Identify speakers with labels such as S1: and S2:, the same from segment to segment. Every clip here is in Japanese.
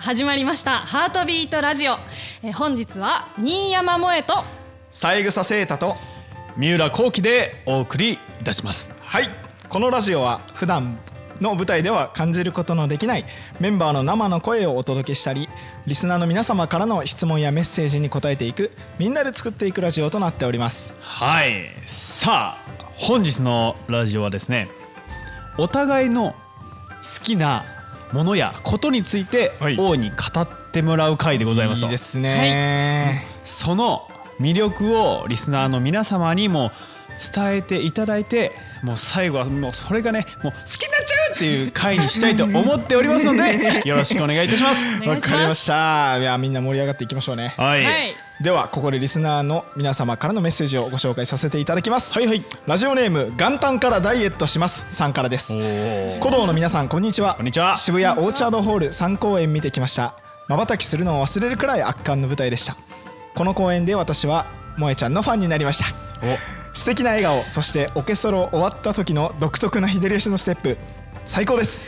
S1: 始まりましたハートビートラジオ、えー本日は新山萌えと
S2: 三枝聖太と
S3: 三浦幸喜でお送りいたします
S2: はいこのラジオは普段の舞台では感じることのできないメンバーの生の声をお届けしたりリスナーの皆様からの質問やメッセージに答えていくみんなで作っていくラジオとなっております
S3: はいさあ本日のラジオはですねお互いの好きなものやことについて
S2: はい
S3: 王に語ってもらう回でございますと
S2: いいですね、
S3: その魅力をリスナーの皆様にも伝えていただいてもう最後はもうそれがねもう好きになっちゃうっていう回にしたいと思っておりますので よろしくお願いいたします。
S1: お
S2: わ、
S1: 願いし
S2: かりま
S1: ます
S2: したいやみんな盛り上がっていきましょうね
S3: はい、
S1: はい
S2: ではここでリスナーの皆様からのメッセージをご紹介させていただきます、
S3: はいはい
S2: ラジオネーム元旦からダイエットしますさんからです
S3: おー
S2: 鼓動の皆さんこんにちは
S3: こんにちは
S2: 渋谷オーチャードホール3公演見てきましたまばたきするのを忘れるくらい圧巻の舞台でしたこの公演で私は萌えちゃんのファンになりました素敵な笑顔そしてオケソロ終わった時の独特な左足のステップ最高です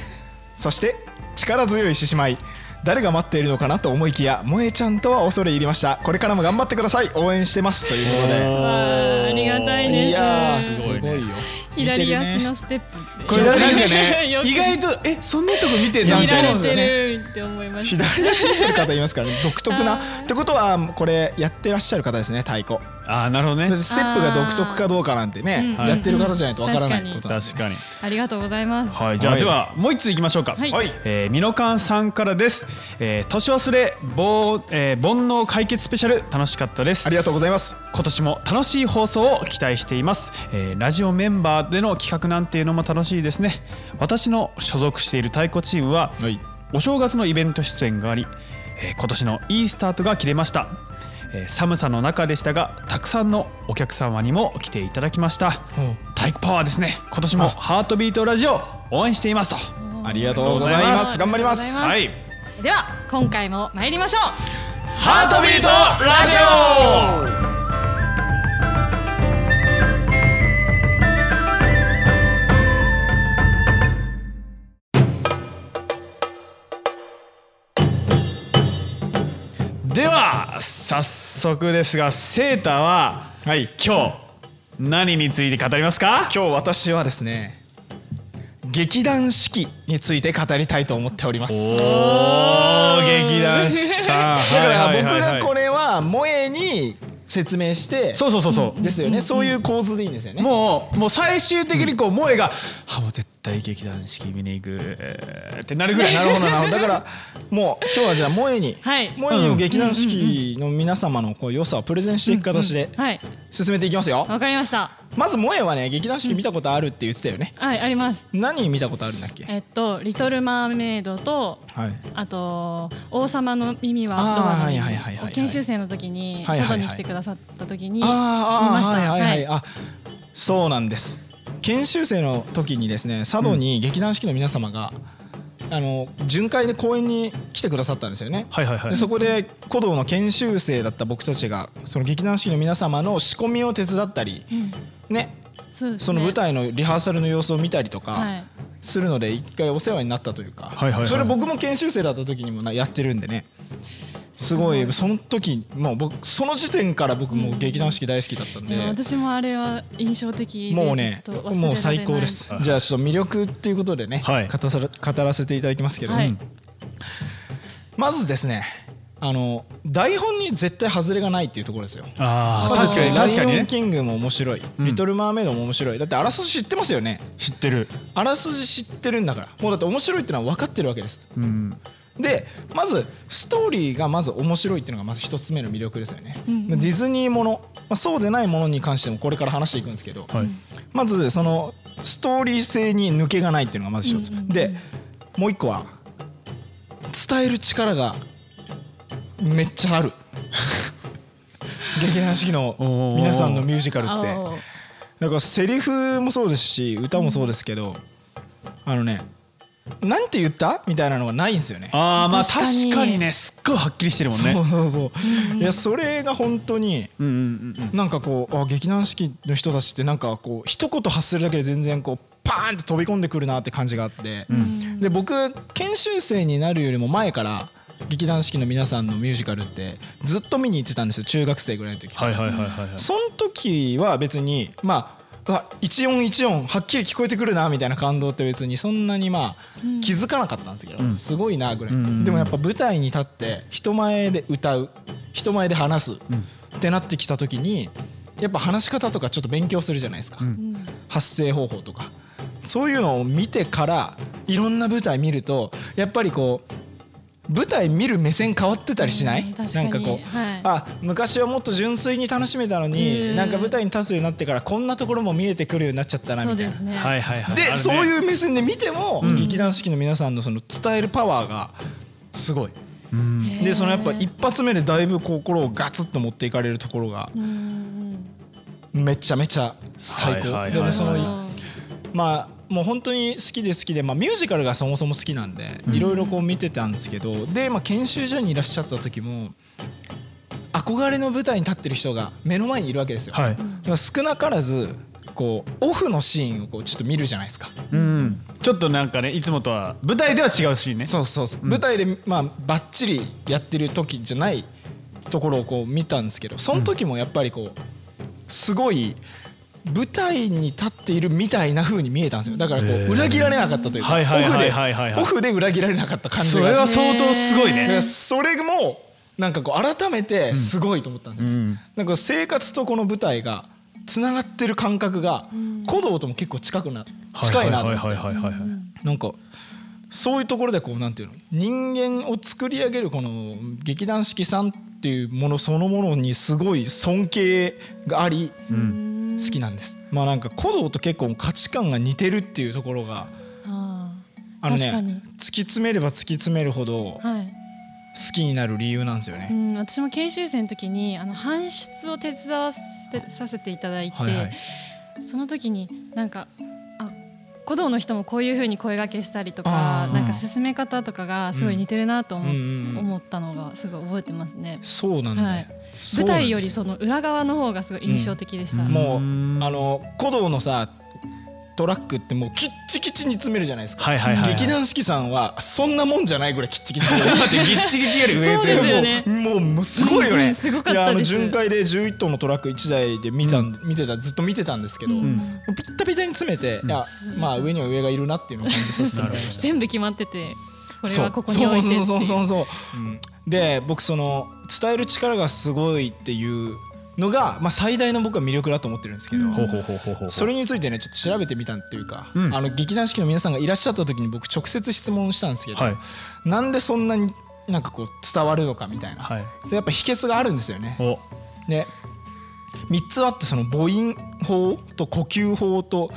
S2: そして力強い獅子舞誰が待っているのかなと思いきや萌えちゃんとは恐れ入りましたこれからも頑張ってください応援してますということで
S1: わあありがたいです
S2: いやー
S3: す
S2: す
S3: ご
S2: ご
S3: いね
S2: いよ
S1: 左足の
S2: 見てるね
S1: ステップって
S2: これなんかね
S1: よく
S3: 意外とえそんなとこ見てんの
S2: いや
S3: み
S1: 見
S3: た
S1: ら
S3: いな
S1: れ
S2: そうだよ
S1: てるって思いました
S2: 左足見てる方いますからね独特
S1: あ
S2: な
S1: ー
S2: ってことはこれやってらっしゃる方ですね太鼓
S3: あーなるほどね
S2: ステップが独特かどうかなんてね
S1: あー
S2: やってる方じゃないとわからな
S1: うんうん
S2: い
S1: うん
S2: ことなんで
S3: 確かに
S1: ありがとうございます
S3: はいじゃあ、
S2: はい
S3: ではもう一ついきましょうか
S1: はい
S2: はい
S3: えー、ミノカンさんからです、えー、年忘れぼう、えー、煩悩解決スペシャル楽しかったです
S2: ありがとうございます
S3: 今年も楽しい放送を期待しています、えーラジオメンバーでの企画なんていうのも楽しいですね私の所属している太鼓チームは、
S2: はい
S3: お正月のイベント出演があり、えー今年のいいスタートが切れました、えー寒さの中でしたがたくさんのお客様にも来ていただきました
S2: うん
S3: 体育パワーですね今年も
S2: あ
S3: ハートビートラジオ応援していますと
S2: ありがとうございます頑張ります
S1: あ
S3: い
S1: では今回も参りましょう
S3: ハートビートラジオでは早速ですがセータは
S2: はい
S3: 今日何について語りますか
S2: 今日私はですね劇団四季について語りたいと思っております
S3: おお劇団四季さん
S2: だから僕がこ
S3: れ
S2: れは萌えに説明して
S3: そうそうそうそう
S2: ですよねそういう構図でいいんですよね
S3: もうもう最終的にこう萌えが「あもう絶対劇団四季見に行く」えーってなるぐらい
S2: なるほどなるほどだからもう今日はじゃあ萌えに
S1: はい
S2: 萌えにも劇団四季の皆様のこう良さをプレゼンしていく形で
S1: はい
S2: 進めていきますよ
S1: わかりました
S2: まず萌えはね劇団四季見たことあるって言ってたよね
S1: はいあります
S2: 何見たことあるんだっけ
S1: えっと「リトル・マーメイド」と
S2: はい
S1: あと「王様の耳は
S2: あー
S1: ドアの
S2: はいはいはいはいは
S1: 耳」
S2: い
S1: 研修生の時に
S2: はいはいは
S1: 外
S2: い
S1: に来てくださった時に見ま
S2: あ
S1: し
S2: ーあー
S1: た
S2: はいはいは、
S1: はいい
S2: あそうなんです研修生の時にですね佐渡に劇団四季の皆様が、あの巡回で公演に来てくださったんですよね、
S3: はいはいはい
S2: でそこで古道の研修生だった僕たちがその劇団四季の皆様の仕込みを手伝ったり、
S1: うん
S2: ね
S1: そうですね
S2: その舞台のリハーサルの様子を見たりと
S1: は
S2: か
S1: い
S2: するので一回お世話になったという
S3: は
S2: か、
S3: いはいはい
S2: それ僕も研修生だった時にもなやってるんでねすご
S1: す
S2: い
S1: ごい
S2: その時もう僕その時点から僕もう劇団四季大好きだったんで
S1: でも私もあれは印象的で
S2: もうね
S1: ずっと忘れられない
S2: もう最高です
S3: はい
S2: じゃあちょっと魅力っていうことでね、
S3: はい
S2: 語さら語らせていただきますけど、
S1: はい
S2: まずですねあの台本に絶対外れがないっていうところですよ
S3: あー
S2: まあ
S3: 確かに確かに
S2: ライオン
S3: ね
S2: キングも面白い、
S3: ん
S2: リトル・マーメイドも面白いだってあらすじ知ってますよね
S3: 知ってる
S2: あらすじ知ってるんだからもうだって面白いってのは分かってるわけです
S3: うん
S2: でまずストーリーがまず面白いっていうのがまず一つ目の魅力ですよね、
S1: うんうん
S2: ディズニーもの、まあ、そうでないものに関してもこれから話していくんですけど、
S3: はい
S2: まずそのストーリー性に抜けがないっていうのがまず一つ、
S1: うんうんうん
S2: でもう一個は伝える力がめっちゃ ある劇団四季の皆さんのミュージカル
S1: あ
S2: って
S1: ー
S2: だからセリフもそうですし歌もそうですけど、あのねなんて言ったみたいなのがないんですよね
S3: ああまあ
S1: 確かに
S3: 確かにねすっごいはっきりしてるもん
S2: そ
S3: ね
S2: うそうそういやそれが本当に
S3: うんうんうんうん
S2: なんかこうあ劇団四季の人たちってなんかこう一言発するだけで全然こうパーンって飛び込んでくるなって感じがあって、で僕研修生になるよりも前から劇団四季の皆さんのミュージカルってずっと見に行ってたんですよ中学生ぐらいの時
S3: はいはいはいはいはい
S2: その時は別にまあうわ一音一音はっきり聞こえてくるなみたいな感動って別にそんなにまあ
S1: うん
S2: 気づかなかったんですけど、
S3: うん
S2: すごいなぐらい、
S3: うん
S2: でもやっぱ舞台に立って人前で歌う人前で話すってなってきた時にやっぱ話し方とかちょっと勉強するじゃないですか、
S3: うん
S1: うん
S2: 発声方法とかそういうのを見てからいろんな舞台見るとやっぱりこう舞台見る目線変わってたりしない、
S1: うん確か
S2: な
S1: に
S2: んかこう
S1: はい
S2: あ昔はもっと純粋に楽しめたの
S1: う
S2: に
S1: ん
S2: なんか舞台に立つようになってからこんなところも見えてくるようになっちゃったな
S1: そう
S2: みたい
S1: で
S2: な。
S1: すね、
S3: はいはいはい
S2: で、
S3: あるね
S2: そういう目線で見ても、
S3: うん
S2: 劇団四季の皆さんのその伝えるパワーがすごい。
S3: うん
S1: へ
S2: で
S1: ー
S2: そのやっぱ一発目でだいぶ心をガツッと持っていかれるところが
S1: うんうん
S2: めちゃめちゃ
S3: はい
S2: 最高、
S3: はいはいはい
S2: でもそ
S1: うん
S2: のまあもう本当に好きで好きで、まあ、ミュージカルがそもそも好きなんで
S3: うん
S2: いろいろこう見てたんですけどで、まあ、研修所にいらっしゃった時も憧れの舞台に立ってる人が目の前にいるわけですよ。
S3: はい
S2: でも少なからずこうオフのシーンをこうちょっと見るじゃないですか。
S3: うんちょっとなんかねいつもとは舞台では違うしね
S2: そうそうそう、
S3: ん
S2: 舞台でまあバッチリやってる時じゃないところをこう見たんですけどその時もやっぱりこうすごい舞台に立っているみたいな風に見えたんですよだからこう
S3: へー
S2: 裏切られなかったというか
S3: はいはい
S2: オフ
S3: はい
S2: で
S3: はいはいはい
S2: オフで裏切られなかった感じ
S3: そ
S2: が
S3: れは相当すごい
S2: だか
S3: ね
S2: らそれもなんかこう改めてすごいと思ったんです
S3: う
S2: よ、
S3: ん
S2: なんか生活とこの舞台がつながってる感覚が鼓動とも結構近くな近いなと思って
S3: はいはいはいはいはいはい
S2: なんかそういうところでこうなんていうの人間を作り上げるこの劇団四季さんっていうものそのものにすごい尊敬があり
S3: うん
S2: 好きなんです。まあなんか古道と結構価値観が似てるっていうところが
S1: あ
S2: あの
S1: 確かに
S2: ね突き詰めれば突き詰めるほど
S1: ーはい
S2: 好きになる理由なんですよ
S1: う
S2: ね。
S1: ん、私も研修生の時にあの搬出を手伝わせてさせていただいて、
S2: はいはい。
S1: その時になんかあ鼓動の人もこういうふうに声掛けしたりと
S2: あ
S1: か
S2: ー
S1: なんか進め方とかがすごい似てるなと思,、
S2: うんうんうん
S1: 思ったのがすごい覚えてますね。
S2: そうなんだよ。
S1: はい
S2: そう
S1: 舞
S2: なんです
S1: 台よりその裏側の方がすごい印象的でした。
S3: うん
S2: も
S3: う
S2: う
S3: ん
S2: あの古道のさトラックってもうキッチキチに詰めるじゃないですか。
S3: はいはいはいはい
S2: 劇団四季さんはそんなもんじゃないぐらいキッチキチ。
S3: 待ってギッチギチより上
S1: そう ですよね
S2: もうもうすごいよね。
S1: うんすごかったです
S2: いやあの巡回で11トンのトラック1台で見た、ん、見てたずっと見てたんですけど、
S1: うん
S2: ピッタピタに詰めて、いやまあ上には上がいるなっていうのを感じさせてもらいました。
S1: 全部決まっててこれ
S2: そう
S1: はここに置いてっていう
S2: そうそうそうそう、うんで僕その伝える力がすごいっていうのが、まあ、最大の僕は魅力だと思ってるんですけど、
S1: うん
S3: ほうほうほうほうほう
S2: それについてねちょっと調べてみたっていうか、
S3: うん
S2: あの劇団四季の皆さんがいらっしゃった時に僕直接質問したんですけど、
S3: はい
S2: なんでそんなになんかこう伝わるのかみたいな、
S3: はい
S2: それやっぱ秘訣があるんですよね。
S3: お
S2: で3つあってその母音法と呼吸法と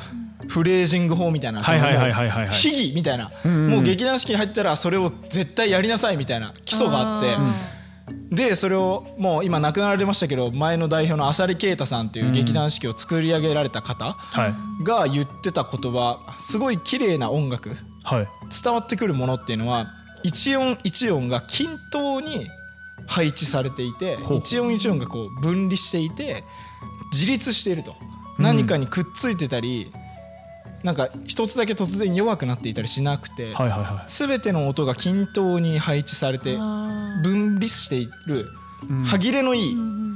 S2: フレージング法みたいな
S3: はいはいはいはいはいはい
S2: そのもう秘技みたいな、
S3: うんうん
S2: もう劇団四季に入ったらそれを絶対やりなさいみたいな基礎があって
S1: ー
S2: でそれをもう今亡くなられましたけど前の代表の浅利啓太さんっていう劇団四季を作り上げられた方
S3: はい
S2: が言ってた言葉すごい綺麗な音楽
S3: はい
S2: 伝わってくるものっていうのは一音一音が均等に配置されていて
S3: ほう
S2: 一音一音がこう分離していて自立していると
S3: うん
S2: 何かにくっついてたり、なんか一つだけ突然弱くなっていたりしなくて、
S3: はいはいは
S2: 全ての音が均等に配置されて
S1: あー
S2: 分離している
S3: うん
S2: 歯切れのいい
S1: うんうん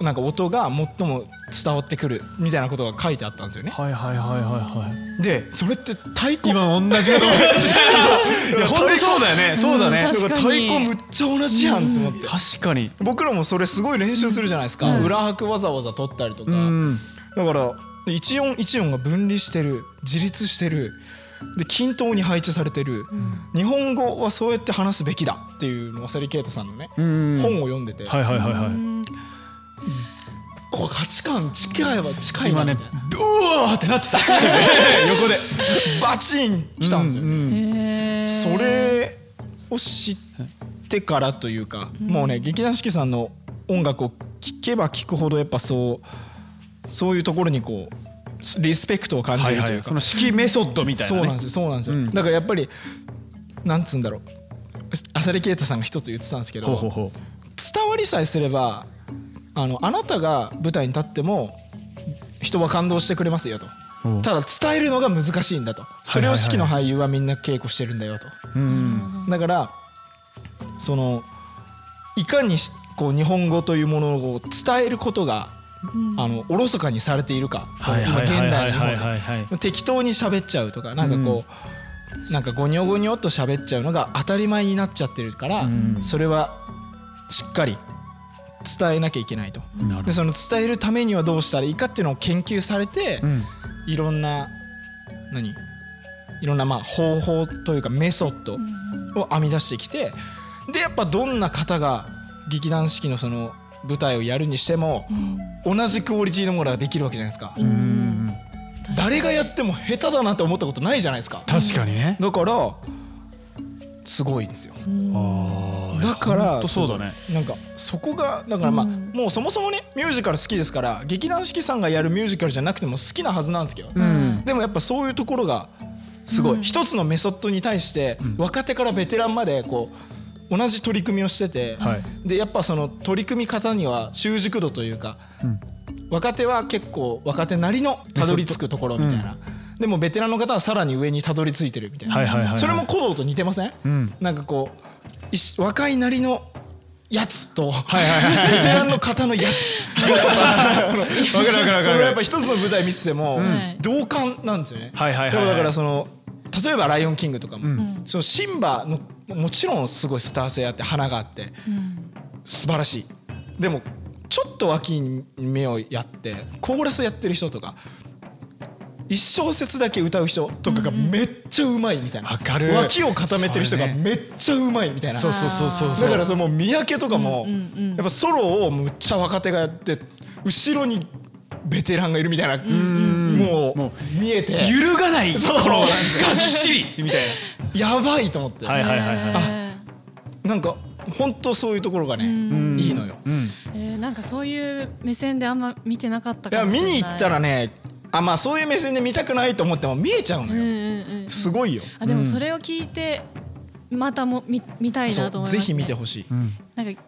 S2: なんか音が最も伝わってくるみたいなことが書いてあったんですよね。
S3: いはいはいはいはいはい
S2: でそれって太鼓
S3: 今同じこと思ってたいや本当そうだよねそうだね
S1: うん
S2: だから
S1: 確
S2: 太
S1: かに
S2: 鼓むっちゃ同じやんって思って。
S3: 確かに
S2: 僕らもそれすごい練習するじゃないですか、
S1: うん
S2: 裏拍わざわざ取ったりとか、
S3: うん
S2: だから一音一音が分離してる自立してるで均等に配置されてる、日本語はそうやって話すべきだっていうのを浅利啓太さんのね、
S3: うん
S2: 本を読んでて、
S3: はいはいはいは
S1: うん
S2: こう価値観近いは近
S3: い
S2: い
S3: 今
S2: な
S3: ね
S2: みたいな、
S3: うわーってなってた横で
S2: バチン来たんですよね、
S3: うう
S1: へー
S2: それを知ってからというか、もうね劇団四季さんの音楽を聴けば聴くほどやっぱそうそういうところにこうリスペクトを感じ
S3: はい
S2: る
S3: は
S2: という
S3: い
S2: か、
S3: その式メソッドみたいな
S2: そうなん
S3: ね
S2: ですよそうなんですよ、
S3: うん
S2: だからやっぱりなんつうんだろう浅利啓太さんが一つ言ってたんですけど
S3: ほうほうほ
S2: 伝わりさえすればあのあなたが舞台に立っても人は感動してくれますよと
S3: うん
S2: ただ伝えるのが難しいんだとそれを四季の俳優はみんな稽古してるんだよと
S3: ううん
S2: だからそのいかにしこう日本語というものを伝えることが
S1: うん
S2: あのおろそかにされているか、
S3: はい
S2: 今
S3: はい
S2: 現
S3: はいは
S2: 代
S3: い
S2: の日本
S3: は
S2: で
S3: いはいはい
S2: 適当に喋っちゃうとかなんかこう、なんかゴニョゴニョっと喋っちゃうのが当たり前になっちゃってるから、
S3: うん
S2: それはしっかり伝えなきゃいけないと。
S3: なるほ
S2: で
S3: ど
S2: その伝えるためにはどうしたらいいかっていうのを研究されて、
S3: うん
S2: いろんな何いろんなまあ方法というかメソッドを編み出してきてでやっぱどんな方が劇団四季のその舞台をやるにしても同じクオリティのものができるわけじゃないですか
S1: う。ん
S2: 誰がやっても下手だなって思ったことないじゃないですか
S3: 確かにね
S2: だからすごいんですよ
S1: うん
S3: あー
S2: だから
S3: ほんとそうだね
S2: なんかそこがだからまあ
S1: うん
S2: もうそもそもねミュージカル好きですから劇団四季さんがやるミュージカルじゃなくても好きなはずなんですけど
S3: うん
S2: でもやっぱそういうところがすごい、
S1: うん
S2: 一つのメソッドに対して
S3: ん
S2: 若手からベテランまでこう同じ取り組みをしてて、
S3: はい
S2: でやっぱその取り組み方には習熟度というか
S3: うん
S2: 若手は結構若手なりのたどり着くところみたいな、でもベテランの方はさらに上にたどり着いてるみたいな、
S3: はいはいはいはい
S2: それも古道と似てません、
S3: うん
S2: なんかこういし若いなりのやつと、
S3: はいはい
S2: ベテランの方のやつ
S3: わかるわかるわ
S2: そ
S3: か
S2: れ
S3: る
S2: はやっぱ一つの舞台見てても
S1: ん
S2: 同感なんですよね。
S3: はいはいはいはい
S2: でもだからその例えば「ライオンキング」とかも、
S3: うん
S2: そのシンバのもちろんすごいスター性あって花があって
S1: うん
S2: 素晴らしいでもちょっと脇に目をやってコーラスやってる人とか一小節だけ歌う人とかがめっちゃうまいみたいな、
S3: わかる
S2: 脇を固めてる人が
S3: そうね
S2: めっちゃうまいみたいな、
S3: そうそうそうそうそう
S2: だからその三宅とかも、
S1: うんうんうん
S2: やっぱソロをむっちゃ若手がやって後ろにベテランがいるみたいな、もう
S3: も
S2: 見えて
S3: 揺るがない
S2: そう
S3: この
S2: なんですよ
S3: がぎっしりみたい
S2: やばいと思って、
S3: なはいはいはいはい
S1: えー
S2: なんか本当そういうところがね、
S1: うん
S2: いいのよ
S3: うん
S1: えーなんかそういう目線であんま見てなかった
S2: い
S1: か
S2: や
S1: もしれ
S2: 見
S1: ない
S2: に行ったらねあまあそういう目線で見たくないと思っても見えちゃうの
S1: うん
S2: よ、
S1: うんうん
S2: すごいよ
S1: あでもそれを聞いてまたも見見たい
S2: そ
S1: なと
S2: う
S1: 思います、
S2: ぜ
S1: ね、
S2: ひ見てほしい
S3: うん
S1: なんか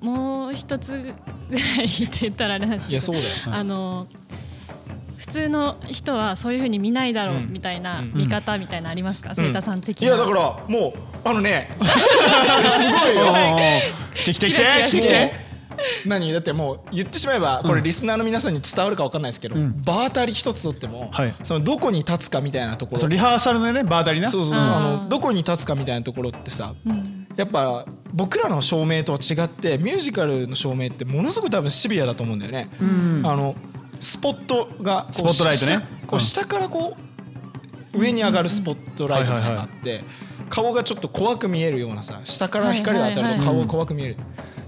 S1: もう一つぐらいって言ったらあれなんですけど
S2: いやそうだよ
S1: あの普通の人はそういうふうに見ないだろう
S2: うん
S1: みたいな
S2: うん
S1: 見方みたいなのありますか、
S2: うん
S1: セイタさん的
S2: い
S1: な
S2: やだからもうあのねすごい
S3: お
S2: よ
S3: ー来て来て来て
S1: キラキラ
S3: 来て来て
S2: 何だってもう言ってしまえばこれリスナーの皆さんに伝わるか分かんないですけど、
S3: うん
S2: 場当たり一つとっても、
S3: はい
S2: そのどこに立つかみたいなところ
S3: そうリハーサルのねバーダリな
S2: そうそうそう
S1: あ
S2: あ
S1: ー
S2: のどこに立つかみたいなところってさ
S1: うん
S2: やっぱ僕らの照明とは違ってミュージカルの照明ってものすごく多分シビアだと思うんだよね。
S3: うん
S2: あのスポットがこう
S3: スポットライトね
S2: 下こう
S3: うん
S2: 下からこう上に上がるスポットライトみたいなのがあって顔がちょっと怖く見えるようなさ下から光が当たると
S3: はいはい
S2: 顔
S3: はい
S2: が怖く見える。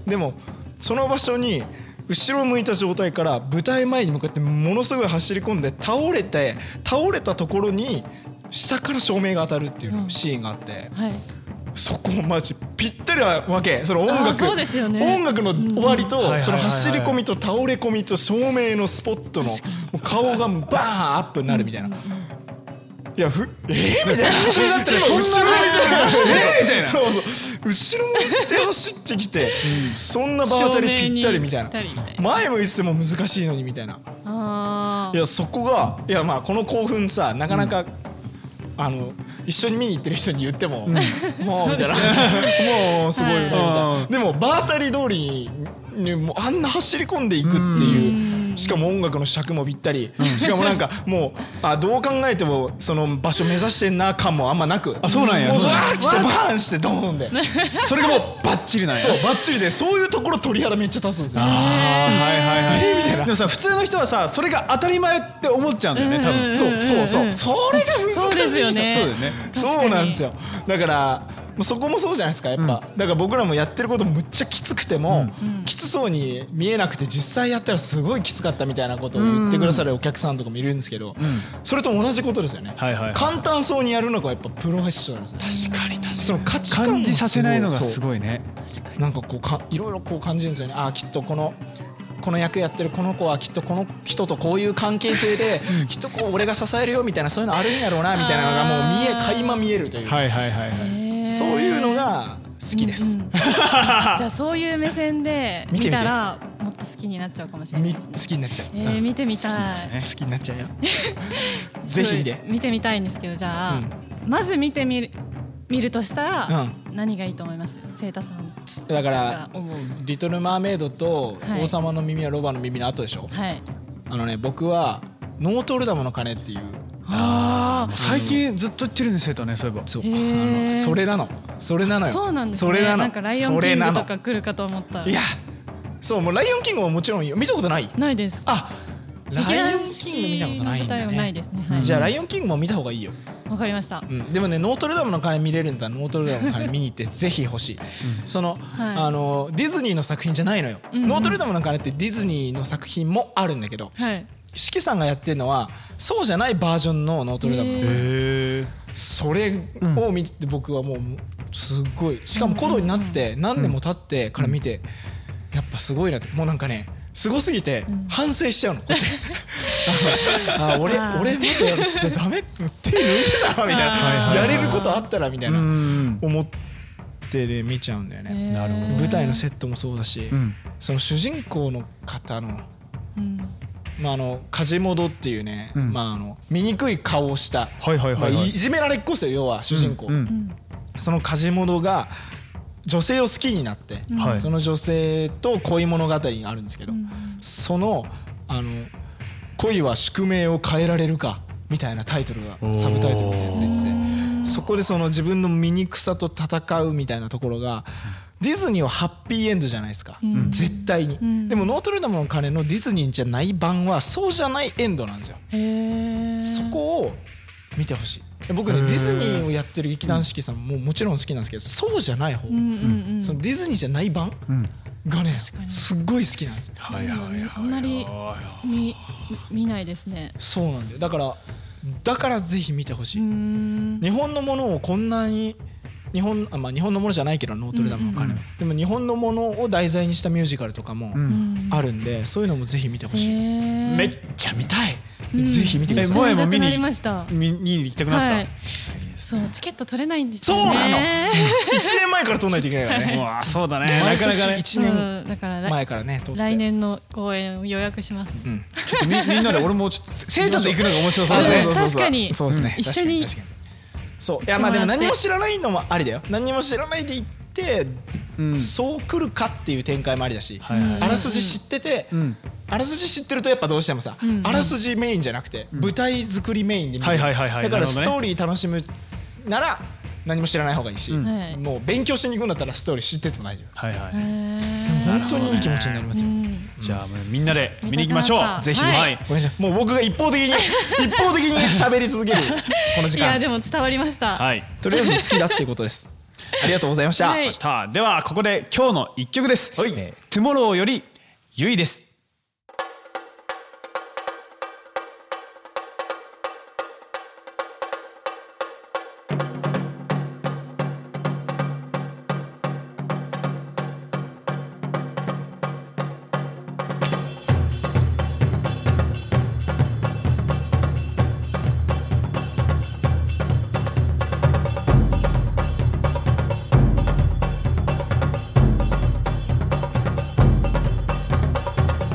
S2: でもその場所に後ろ向いた状態から舞台前に向かってものすごい走り込んで倒れて倒れたところに下から照明が当たるっていう
S1: う
S2: の
S1: ん
S2: シーンがあって。
S1: はい
S2: そこマジぴったりなわけその音
S1: あー
S2: 楽
S1: そうですよね
S2: 音楽の終わり
S3: うんはいはいはいは
S2: と
S3: い
S2: その走り込みと倒れ込みと照明のスポットのもう顔がバーンアップになるみたいな。いやふ えー、みたいな普通だったらそんな後ろみたいなえーみたいなそうそう後ろ向いて走ってきて、そんな場当たりぴったりみたいな
S1: 照明にぴったりみたい
S2: 前向いてても難しいのにみたいな
S1: あ
S2: いやそこがいやまあこの興奮さなかなか、あの一緒に見に行ってる人に言っても、もうみたいなもうすごいよねみたい
S3: は
S2: なでも場当たり通りににもうあんな走り込んでいくっていうしかも音楽の尺もぴったりしかもなんかもうあどう考えてもその場所目指してんな感もあんまなく
S3: あそうなんや
S2: もう
S3: そう
S2: わ
S3: なんや
S2: ー来てバーンしてドーンで
S3: それがもうバッチリなんや
S2: そうバッチリでそういうところ鳥肌めっちゃ立つんですよ
S3: あーはいはいはい、
S2: えーみたいな
S3: でもさ普通の人はさそれが当たり前って思っちゃうんだよね多分、
S1: うん
S3: そう
S2: そうそうそう、
S1: うん
S2: それが難しいんだ
S1: そうですよね
S3: そうだよね
S1: 確かに
S2: そうなんですよだからもうそこもそうじゃないですかやっぱ、だから僕らもやってることむっちゃきつくても、きつそうに見えなくて実際やったらすごいきつかったみたいなことを言ってくださるお客さんとかもいるんですけど、それと同じことですよね、
S3: はいはいはい
S2: 簡単そうにやるのがやっぱプロフェッショナルですよね確かに確かにその価値観も
S3: 感じさせないのが
S2: そう
S3: すごいね
S1: ー確かに
S2: なんかこうかいろいろこう感じるんですよねあーきっとこのこの役やってるこの子はきっとこの人とこういう関係性できっとこう俺が支えるよみたいなそういうのあるんやろうなみたいなのがもう見え
S1: あー
S2: 垣間見えるという、
S3: はいはいはいはい
S1: へー
S2: そういうのが好きです
S1: うん うんじゃあそういう目線で見たらもっと好きになっちゃうかもしれな
S2: み
S1: い
S2: 好きになっちゃう
S1: えー見てみたい
S2: 好きになっち ゃうよぜひ見て
S1: そう見てみたいんですけどじゃあ、
S2: うん
S1: まず見てみる見るとしたら、何がいいと思いますセイタさん
S2: つだから
S1: が思う
S2: 「リトル・マーメイド」と「
S1: はい
S2: 王様の耳はロバの耳」の後でしょ、
S1: はい
S2: あのね僕は「ノートルダムの鐘」っていう
S3: あ
S1: あ
S3: あ最近ずっと言ってるんですよねそういえば
S2: そう
S1: へー
S2: あのそれなのそれなのよ
S1: そうなんですね
S2: それなの
S1: んかライオン
S2: そ
S1: キ
S2: れ
S1: ング
S2: なの
S1: とか来るかと思ったら
S2: いやそうもう「ライオンキング」ももちろんいいよ見たことない
S1: ないです
S2: あライオンキング見たことない
S1: 劇団四季の舞
S2: んだ
S1: 台はない
S2: ね
S1: ですねはい
S2: じゃあ「
S3: うん
S2: ライオンキング」も見た方がいいよ、
S1: わかりました
S2: うん、でもねノートルダムの鐘見れるんだノートルダムの鐘見に行 ってぜひ欲しいその,、
S1: はい
S2: あのディズニーの作品じゃないのよ、
S1: うんうん
S2: ノートルダムの鐘ってディズニーの作品もあるんだけど、
S1: はい
S2: 四季さんがやってるのはそうじゃないバージョンのノートルダム、
S1: へー
S3: へえ
S2: それを見て僕はもうすっごいしかも古道になって何年も経ってから見てやっぱすごいなってもうなんかねすごすぎて
S1: うん
S2: 反省しちゃうのこ っち ああ俺
S1: あー
S2: 俺もっとやるちょっとダメ手抜いてたわみたい
S1: あ
S2: な
S1: ー
S2: やれることあったらみたいな
S3: うん
S2: 思ってね見ちゃうんだよね
S3: なるほど
S2: 舞台のセ
S1: ッ
S2: ットもそうだし
S3: うん
S2: その主人公の方の
S1: ト、うん
S2: まああの梶本っていうね
S3: うん
S2: まああの醜い顔をした
S3: はいはい
S2: まあ
S3: はいはい
S2: いじめられっ子ですよ要は主人公
S3: うんうん
S1: うん
S2: その梶本が女性を好きになって、
S1: うん
S3: はい
S2: その女性と恋物語があるんですけど、
S1: うん
S2: そのあの「恋は宿命を変えられるか」みたいなタイトル
S3: お
S2: が
S3: ー
S2: サブタイトルについてて
S1: うん
S2: そこでその自分の醜さと戦うみたいなところがディズニーはハッピーエンドじゃないですか、
S1: うん
S2: 絶対に、
S1: うん
S2: でも「ノートルダムの鐘」のディズニーじゃない版はそうじゃないエンドなんですよ
S1: へー
S2: そこを見てほしい僕ね
S3: へ
S2: デ
S3: ー
S2: ィズニーをやってる劇団四季さんももちろん好きなんですけどそうじゃない方、
S1: うんうんうん
S2: そのディズニーじゃない版
S3: うん
S2: がね
S1: かに
S2: すっごい好きなんですよ
S1: そういうのねあんまり見見ないですね
S2: そうなんだよだからだからぜひ見てほし
S1: う
S2: い、
S1: ん
S2: 日本のものをこんなに日本あまあ日本のものじゃないけどノートルダムの鐘は、でも日本のものを題材にしたミュージカルとかも
S3: うん
S2: あるんで、そういうのもぜひ見てほしい、
S1: め
S2: めっちゃ見たい、
S1: うん
S2: ぜひ見てください
S3: え
S1: 萌
S3: 萌
S1: え
S3: え
S1: も見
S3: も
S1: に
S3: 見に
S1: なりました
S3: 見に行きたく
S1: は
S3: なっ
S1: いそうチケット取れないんです
S2: そう
S1: よね
S2: なの1年前から撮んないといけないよ
S3: たう
S2: ね
S3: わそうだねな
S2: 毎
S3: かなかね
S2: 年1年
S1: そうだから来
S2: 前からね撮って
S1: 来年の公演を予約します
S2: うん
S3: ちょっとみみんなで俺もちょっと生徒で行くのが面白そう
S2: あ
S3: です
S2: そう
S3: ね
S2: そうそうそう
S1: 確かに
S2: そうですね、
S1: うん
S2: 確か
S1: 一緒に
S2: 確かそういやまあでも何も知らないのもありだよ何も知らないで行って、
S3: うん
S2: そう来るかっていう展開もありだし、
S3: はいはい
S2: あらすじ知ってて、
S3: うん
S2: あらすじ知ってるとやっぱどうしてもさ、
S1: うん
S2: あらすじメインじゃなくて、舞台作りメインで見る、
S3: はいはいはいはい
S2: だから
S3: なるほ
S2: ス
S3: どね
S2: トーリー楽しむなら何も知らない方がいいし、
S3: うん
S1: はい
S2: もう勉強しに行くんだったらストーリー知ってても大丈夫
S3: はい
S1: へ
S3: はい
S1: ー
S2: 本当にいい気持ちになりますよ、
S1: うん
S3: じゃあもうみんなで見に行きましょ
S1: 見たくなっ
S3: う
S1: たぜひ
S3: はい
S2: ごめんなさいもう僕が一方的 に一方的に喋り続けるこの時
S1: いや
S2: 間
S1: でも伝わりました
S3: はい
S2: とりあえず好きだっていうことです ありがとうございました、
S1: はい
S3: ましたではここで今日の一曲です
S2: はい
S3: えートゥモローよりゆいです
S4: 「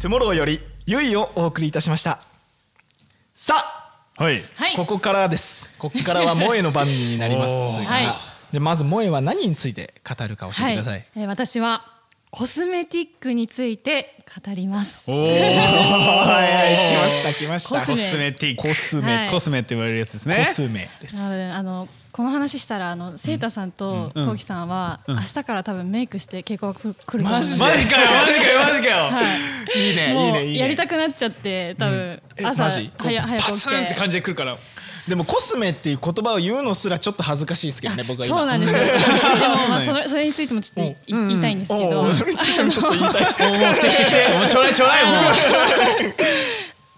S2: トゥモローよりゆいをお送りいたしましたさあ、
S3: はい
S1: はい
S2: ここからですここからは萌えの番組になります
S3: おー
S2: が、
S1: はい
S2: でまず萌えは何について語るか教えてください、
S1: えー私はコスメティックについて語ります。
S3: おー
S2: はい、来ました来まし
S1: コ
S2: た
S1: ス
S3: コ
S1: メ
S3: スメティック
S2: コス
S1: メはい
S3: コスメって言われるやつですね
S2: コスメで
S1: 多
S2: す
S1: 分あのこの話したらあのセイタさんと
S3: うん
S1: コウキさんは、
S3: うん
S1: 明日から多分メイクして稽古が来ると思います。
S3: マジかよマジかよマジかよ、
S1: はい、
S2: いいねいい
S1: も
S2: ね
S1: う
S2: いいね
S1: やりたくなっちゃって多分
S2: うんえ
S1: 朝
S2: マ
S1: は
S2: ジ
S1: や早く
S3: パ
S1: 起
S3: ツ
S1: き
S3: ンって
S1: て
S3: 感じでくるから
S2: でもコスメっていう言葉を言うのすらちょっと恥ずかしいですけどね僕は今
S1: そうなんです よでもまあそのそれについてもちょっとい
S3: うん
S1: 言いたいんですけ
S2: お
S1: ど
S2: おそれについてもちょっと言いたい
S3: もうもう来て来て来てもうちょうだいちょうだいもう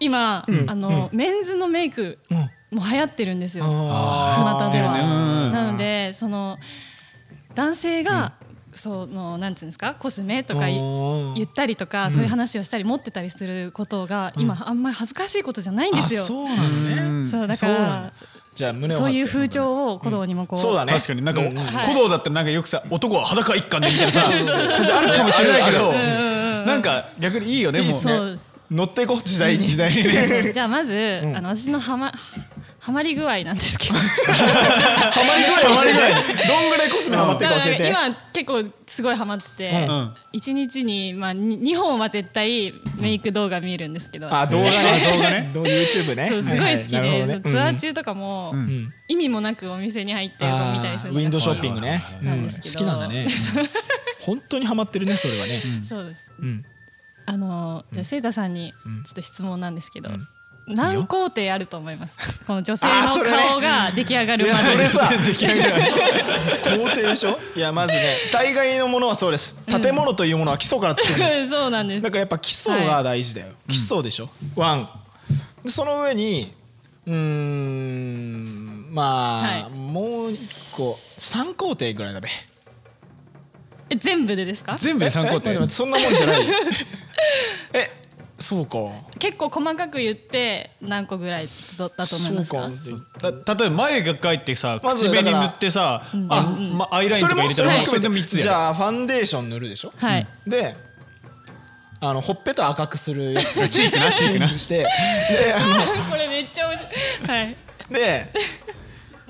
S1: 今あのメンズのメイク
S2: うん
S1: も流行ってるんですよ
S2: あ
S1: 巷
S2: ー
S1: で
S3: だよねうんう
S1: は
S3: ん
S1: なのでその男性がそのなんていうんですかコスメとかい
S2: おー
S1: 言ったりとかそういう話をしたり持ってたりすることが今あんまり恥ずかしいことじゃないんですよ
S2: あそうなのね
S1: そうだか
S2: そうなん
S1: ら
S2: だじゃあ胸を張
S1: そ
S2: っ
S1: う
S2: て
S1: いう風潮を鼓動にもこう
S2: そうだね
S3: 確かになんか、
S2: うんうん
S1: はい
S3: 鼓動だったらなんかよくさ男は裸一貫でみたいなさ感じあるかも しれないけどなんか逆にいいよねもう
S1: そうです
S2: 乗っていこう時 代に
S3: 時代にね
S1: じゃあまず、あの私のハマハマり具合なんですけど
S2: ハマり具合教えてどんぐらいコスメハマってるか教えて
S1: 今結構すごいハマってて、
S2: うん
S1: 一日に、まあ、2本は絶対メイク動画見るんですけど、
S2: あ
S1: そ
S2: 動画ね動画ね YouTube ね
S1: うすごい好きで、
S2: ははなるほどね
S1: そうツアー中とかも、
S3: うん
S2: うん
S1: 意味もなくお店に入ってるのを見たり
S2: あ
S1: す
S2: ー
S1: る
S2: ウィンドウショ
S1: ッ
S2: ッピングね
S3: はい
S1: はいはい
S2: うん
S1: なん
S2: 好
S1: ですけ
S2: き
S1: ど
S2: なんだ ねうん本当にハマってるねそれはね
S3: うん
S1: そうです
S2: うん
S1: あのじゃあセイタさんに
S2: うん
S1: ちょっと質問なんですけど、
S2: うん
S1: 何工程あると思いますかこの女性
S2: あーそ
S1: の
S2: れね
S1: 顔が出来上が
S2: い
S1: るま
S2: やそ
S1: で
S2: れさ 工程でしょいやまずね大概のものはそうです建物というものは基礎から作るんです
S1: そうなんです
S2: だからやっぱ基礎が大事だよ、基礎でしょ、ワンでその上にうーんまあ、
S1: はい
S2: もう一個3工程ぐらいだべ
S1: え全部でですか
S3: 全部で参考っ
S2: え
S3: て
S2: 待って待ってそんなもんじゃないよえそうか
S1: 結構細かく言って何個ぐらいだったと思いますか
S2: そう
S3: た
S2: か
S3: 例えば眉毛描いてさ
S2: まず
S3: 口
S2: だから
S3: 紅塗ってさあ、まアイライン
S2: そ
S3: とか入
S2: れも
S3: れ
S2: そ
S3: たら
S2: れも
S1: はい
S3: それ
S2: 含
S3: で
S2: め
S3: 3
S2: て
S3: つや
S2: じゃあファンデーション塗るでしょ
S1: はい、
S2: であのほっぺた赤くするやつ
S3: チークなチークな
S2: してであの
S1: これめっちゃ面白いはい
S2: で、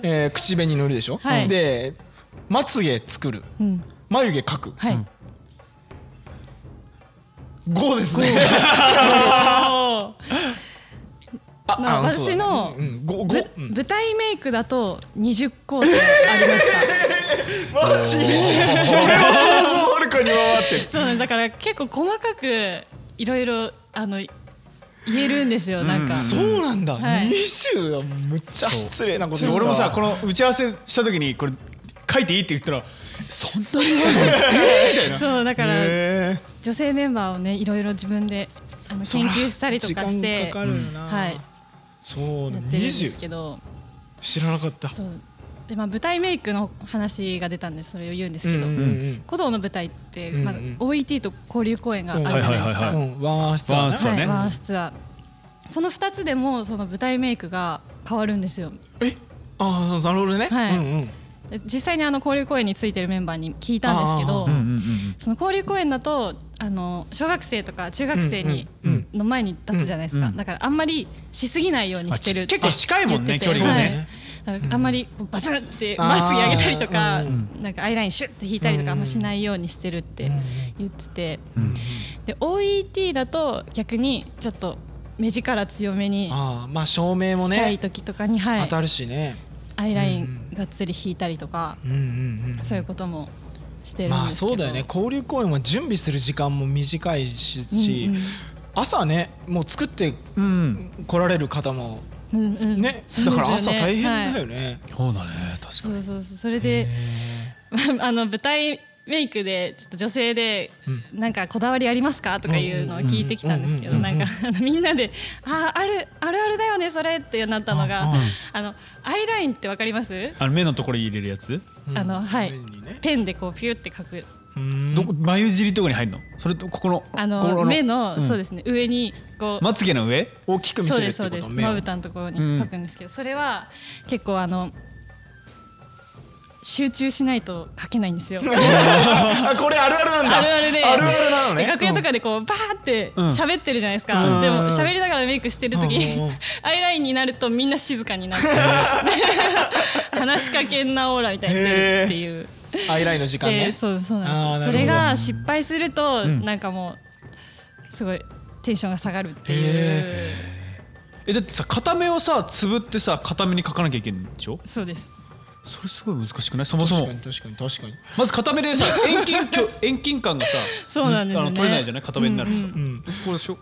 S2: えー口紅塗るでしょ、
S1: はい
S2: でまつげ作る
S1: うん
S2: 眉毛描く
S1: はい、
S2: 5です ね
S1: あ
S2: あ
S1: まあ
S2: あそ
S1: 私
S2: うだ
S1: の
S2: うんうん五
S1: ー
S2: 五
S1: ぶ
S2: うん
S1: 舞台メイクだと20工程ありました
S2: マ ジそれは想像はるかに上回ってる
S1: そうなんですだから結構細かくいろいろあの言えるんですよ、なんか
S2: そうなんだ
S1: はい
S2: 20はむっちゃ失礼なこと
S3: ちょ
S2: 言
S3: っ
S2: う
S3: と
S2: わ
S3: 俺もさこの打ち合わせした時にこれ書いていいって言ったらそんなに
S1: そうだから
S2: へー
S1: 女性メンバーをねいろいろ自分であの研究したりとかし
S2: 時間
S1: て
S2: かかるよな
S1: はいや
S2: そうね
S1: ってるんです
S2: 20
S1: けど
S2: 知らなかった
S1: そうでまあ舞台メイクの話が出たんでそれを言うんです
S2: うん
S1: け
S2: うん
S1: ど、
S2: うん
S1: 古道の舞台って、
S2: うんうん
S1: まあ、OET と交流公演があるじゃないですか、
S3: は
S1: は
S3: いはいい
S2: うんワンアースだ
S3: ワンア
S2: な
S3: ースそうね
S1: ワンアースツアーその2つでもその舞台メイクが変わるんですよ
S2: えああなるほどね
S1: はい
S2: うんうん
S1: で実際にあの交流公演についてるメンバーに聞いたんですけど、
S2: あーうん
S1: その交流公演だとあの小学生とか中学生に、
S2: うんうん
S1: の前に立つじゃないですか、
S3: うん
S1: だからあんまりしすぎないようにしてる
S3: あち結構近いもんね
S1: 言ってて
S2: 距離がね
S1: はいだからあんまりこうバツンってまつげ上げたりとか
S2: あー
S1: なんかアイラインシュッて引いたりと
S2: うん
S1: かあんましないようにしてるって言っててで OET だと逆にちょっと目力強めに
S2: ああまあ照明も
S1: したい
S2: ね
S1: 時とかに、は
S2: 当
S1: い、
S2: たるしね
S1: アイラインがっつり引いたりとか、
S2: うんうんうん
S1: そういうこともしてるんですけど、
S2: まあそうだよね交流公演は準備する時間も短いし
S1: うん
S2: 朝ねもう作って
S3: うんうん
S2: 来られる方も
S1: うんうんうん
S2: ね
S1: そうで
S2: だ
S1: す
S2: か
S1: よね
S2: ら朝大変
S1: はい
S2: だよね、
S3: そうだね確か
S1: そ
S3: に
S1: うそうそうそれで あの舞台メイクでちょっと女性でなんかこだわりありますかとかいうのを聞いてきたんですけ
S2: うん
S1: ど
S2: うんうん
S1: なんかあのみんなで「あーあるあるあるだよねそれ」ってなったのが
S2: うんうん
S1: あのアイラインってわかります
S3: あの目のところに入れるやつ
S2: うん
S1: あのはい
S2: 便利ね
S1: ペンでこうピュって書く
S2: うん
S3: どこ眉尻とかに入るのそれとここの
S1: あ
S3: こ
S1: の目の
S3: うん
S1: そうですね上にこう
S3: まつげの上
S2: 大きく見
S1: そう
S2: せる
S1: で
S2: っ
S1: すそう
S2: て
S1: です
S2: こと目
S1: ま
S2: を
S1: ぶたのところに書くんですけどそれは結構あの集中しないと書けないんです よ。
S2: あこれあるあるなんだ
S1: あるあるで
S2: あるあるなのね
S1: で楽屋とかでこうバーって
S3: うん
S1: 喋ってるじゃないです
S2: うんうん
S1: か、
S2: うん
S1: でも喋りながらメイクしてる時に、
S2: うんうんうん
S1: アイラインになるとみんな静かに なって話しかけんなオーラみたいになるっていう、
S2: アイラインの時間
S1: で
S2: ね
S1: そうそうなんです
S2: あーなるほど
S1: よそれが失敗すると、
S3: ん
S1: なんかもうすごいテンションが下がるっていう
S2: へ
S3: えだってさ片目をさつぶってさ片目に書かなきゃいけないんでしょ
S1: そうです
S3: それすごい難しくないそも
S2: 確
S3: そ
S2: か
S3: も
S2: に確かに確かに
S3: まず片 目でさ遠近距遠近感がさ
S1: そうなんですよね
S3: あの取れないじゃない片目になるとさ、
S1: うんうん
S2: うん
S3: これでしょ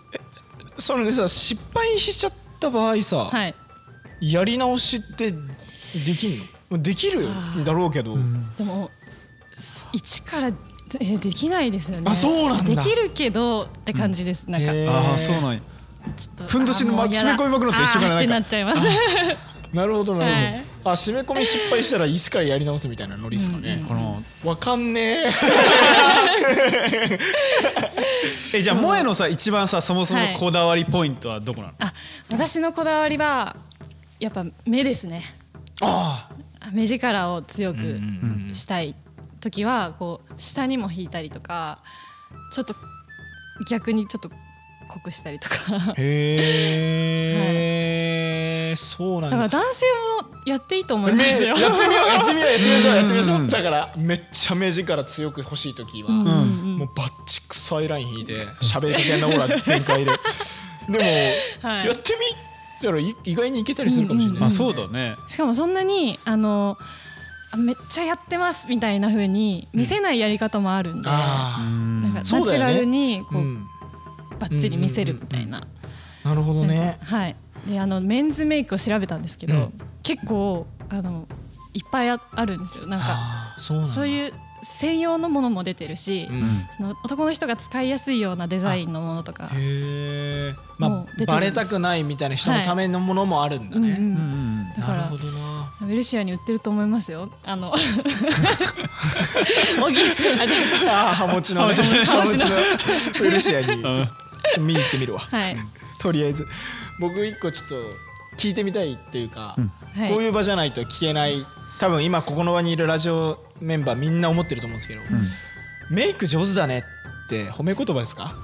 S2: そのねさ失敗しちゃった場合さ、
S1: はい
S2: やり直しってできんのできるんだろうけど、
S1: でもす一からえーできないですよね
S2: あそうなんだ
S1: できるけどって感じです、なんか、
S2: へー
S3: ああそうなんや
S1: ちょっと
S2: ふんどしの
S1: あーもう
S2: 締め込みまくるのと一緒かな
S1: やだあーって
S2: な
S1: なんっちゃいます
S2: なるほどなるほど、
S1: はい
S2: あ締め込み失敗したら一からやり直すみたいなノリですかね、
S3: この
S2: わかんね
S3: えじゃあ萌えのさ一番さそもそも
S1: はい
S3: こだわりポイントはどこなの、
S1: あ私のこだわりはやっぱ目ですね
S2: あ
S1: 目力を強く
S2: ん
S1: したい時はこう下にも引いたりとかちょっと逆にちょっと濃くしたりとか
S2: えへえ、そ うな
S1: だから
S2: んだ
S1: 男性もやっていいと思いま
S2: ね
S1: す
S2: や
S1: よ、
S2: ってみようやってみようやってみましょうやってみましょ
S3: うん
S2: うだからめっちゃ目力強く欲しい時は、
S1: うんうんうん
S2: もうバッチクソアイライン引いて喋りかけなオーラ 全開ででも、
S1: はい
S2: やってみたらい意外にいけたりするかもしれない、
S1: うんうん
S3: あそうだね
S1: しかもそんなにあのあめっちゃやってますみたいな風に見せないやり方もあるんで、
S3: う
S2: あ
S3: ん
S1: なんかナチ
S2: そうだ
S1: ュ
S2: よね
S1: ラルに
S2: あ、う
S1: こう、
S2: ん、
S1: バッチリ見せるみたいな、
S2: なるほど
S1: なん
S2: ね
S1: かはいであのメンズメイクを調べたんですけど、
S2: うん
S1: 結構あのいっぱいああるんですよなんか
S2: ああそうなんだ
S1: そう
S2: う、
S1: いう専用のものも出てるし、
S2: ん、
S1: その男の人が使いやすいようなデザインのものとか、
S2: へえ
S1: もう
S2: ま
S1: 出てるんです
S2: あバレたくないみたいな人のためのものもあるんだ
S1: うんう
S2: ね、
S3: うんう
S1: ん、
S3: んうん
S1: だ
S2: な
S1: か
S2: る
S1: ら
S2: ほどな
S1: ウェルシアに売ってると思いますよあの おぎあじゃ
S2: ああハモチのね
S1: ハモチの
S2: ハモチのウルシアにちょっと見に行ってみるわ、
S1: あはい、
S2: とりあえず僕一個ちょっと聞いてみたいっていうか、
S3: うん
S1: はい、
S2: こういう場じゃないと聞けない多分今ここの場にいるラジオメンバーみんな思ってると思うんですけど、メイク上手だねって褒め言葉ですか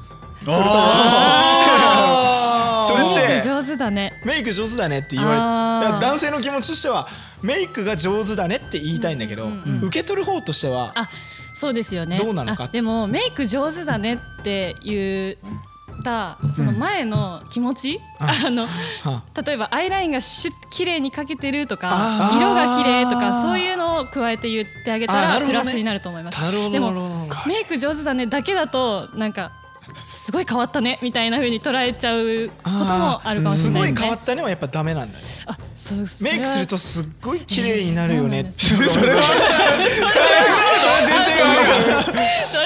S3: あー
S2: それって
S1: 上手だね
S2: メイク上手だねって言われ
S1: あー
S2: いや男性の気持ちとしてはメイクが上手だねって言いたいんだけど、
S1: うんうん
S2: 受け取る方としては
S1: あそうですよね
S2: どうなのか
S1: あでもメイク上手だねって言ったその前の気持ち、あの
S2: は
S1: 例えばアイラインがシュッ綺麗に描けてると
S2: あ
S1: か
S2: ー
S1: 色が綺麗とかそういうのを加えて言ってあげ
S2: あーな
S1: た
S2: る
S1: らプ
S2: ほどね
S1: ラスになると思います。
S2: なるほど
S1: で
S2: なるほどな
S1: も
S2: るほど
S1: メイク上手だねだけだとなんかすごい変わったねみたいな風に捉えちゃうこともあるかもしれないです
S2: す
S1: ね。
S2: ごい変わったねはやっぱダメなんだね
S1: あそうそれ
S2: メ
S1: は
S2: イクするとすっごい綺麗になるよねって
S1: そ
S2: いう それはそれは前提があるから
S1: それ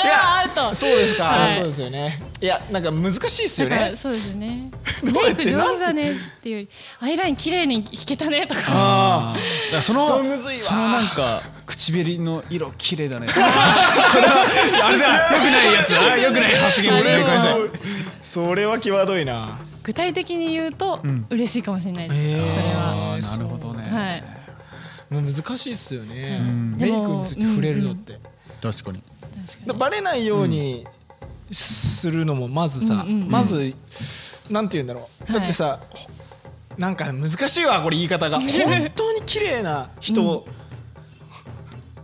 S1: はアウト。
S2: そうですか、
S1: はい
S2: そうですよねいやなんか難しいですよ
S1: だから
S2: ね
S1: そうです ね
S2: どう
S1: メ
S2: や
S1: イ
S2: っ
S1: ク
S2: て
S1: 上手だねっていうよりアイライン綺麗に引けたねとか
S3: あー
S2: あ
S3: だからその
S2: そうむずいわ
S3: そのなんか唇の色綺麗だね それはあれだよくないやつだあよくない発
S2: そ
S3: 言です
S2: れ
S3: ねごめんなさい
S2: はそれは際どいな
S1: 具体的に言うと
S3: ん
S1: 嬉しいかもしれないです、
S2: へー
S1: それは
S3: あーなるほどね、
S1: はい
S2: もう難しいっすよね、
S3: ん
S2: メイクについて触れるのって、だか
S3: 確かに
S1: 確からに
S2: バレないようにするのもまずさ、
S1: うんうんうん
S2: まずなんて言うんだろう、
S1: はい
S2: だってさほなんか難しいわこれ言い方が本当に綺麗な人、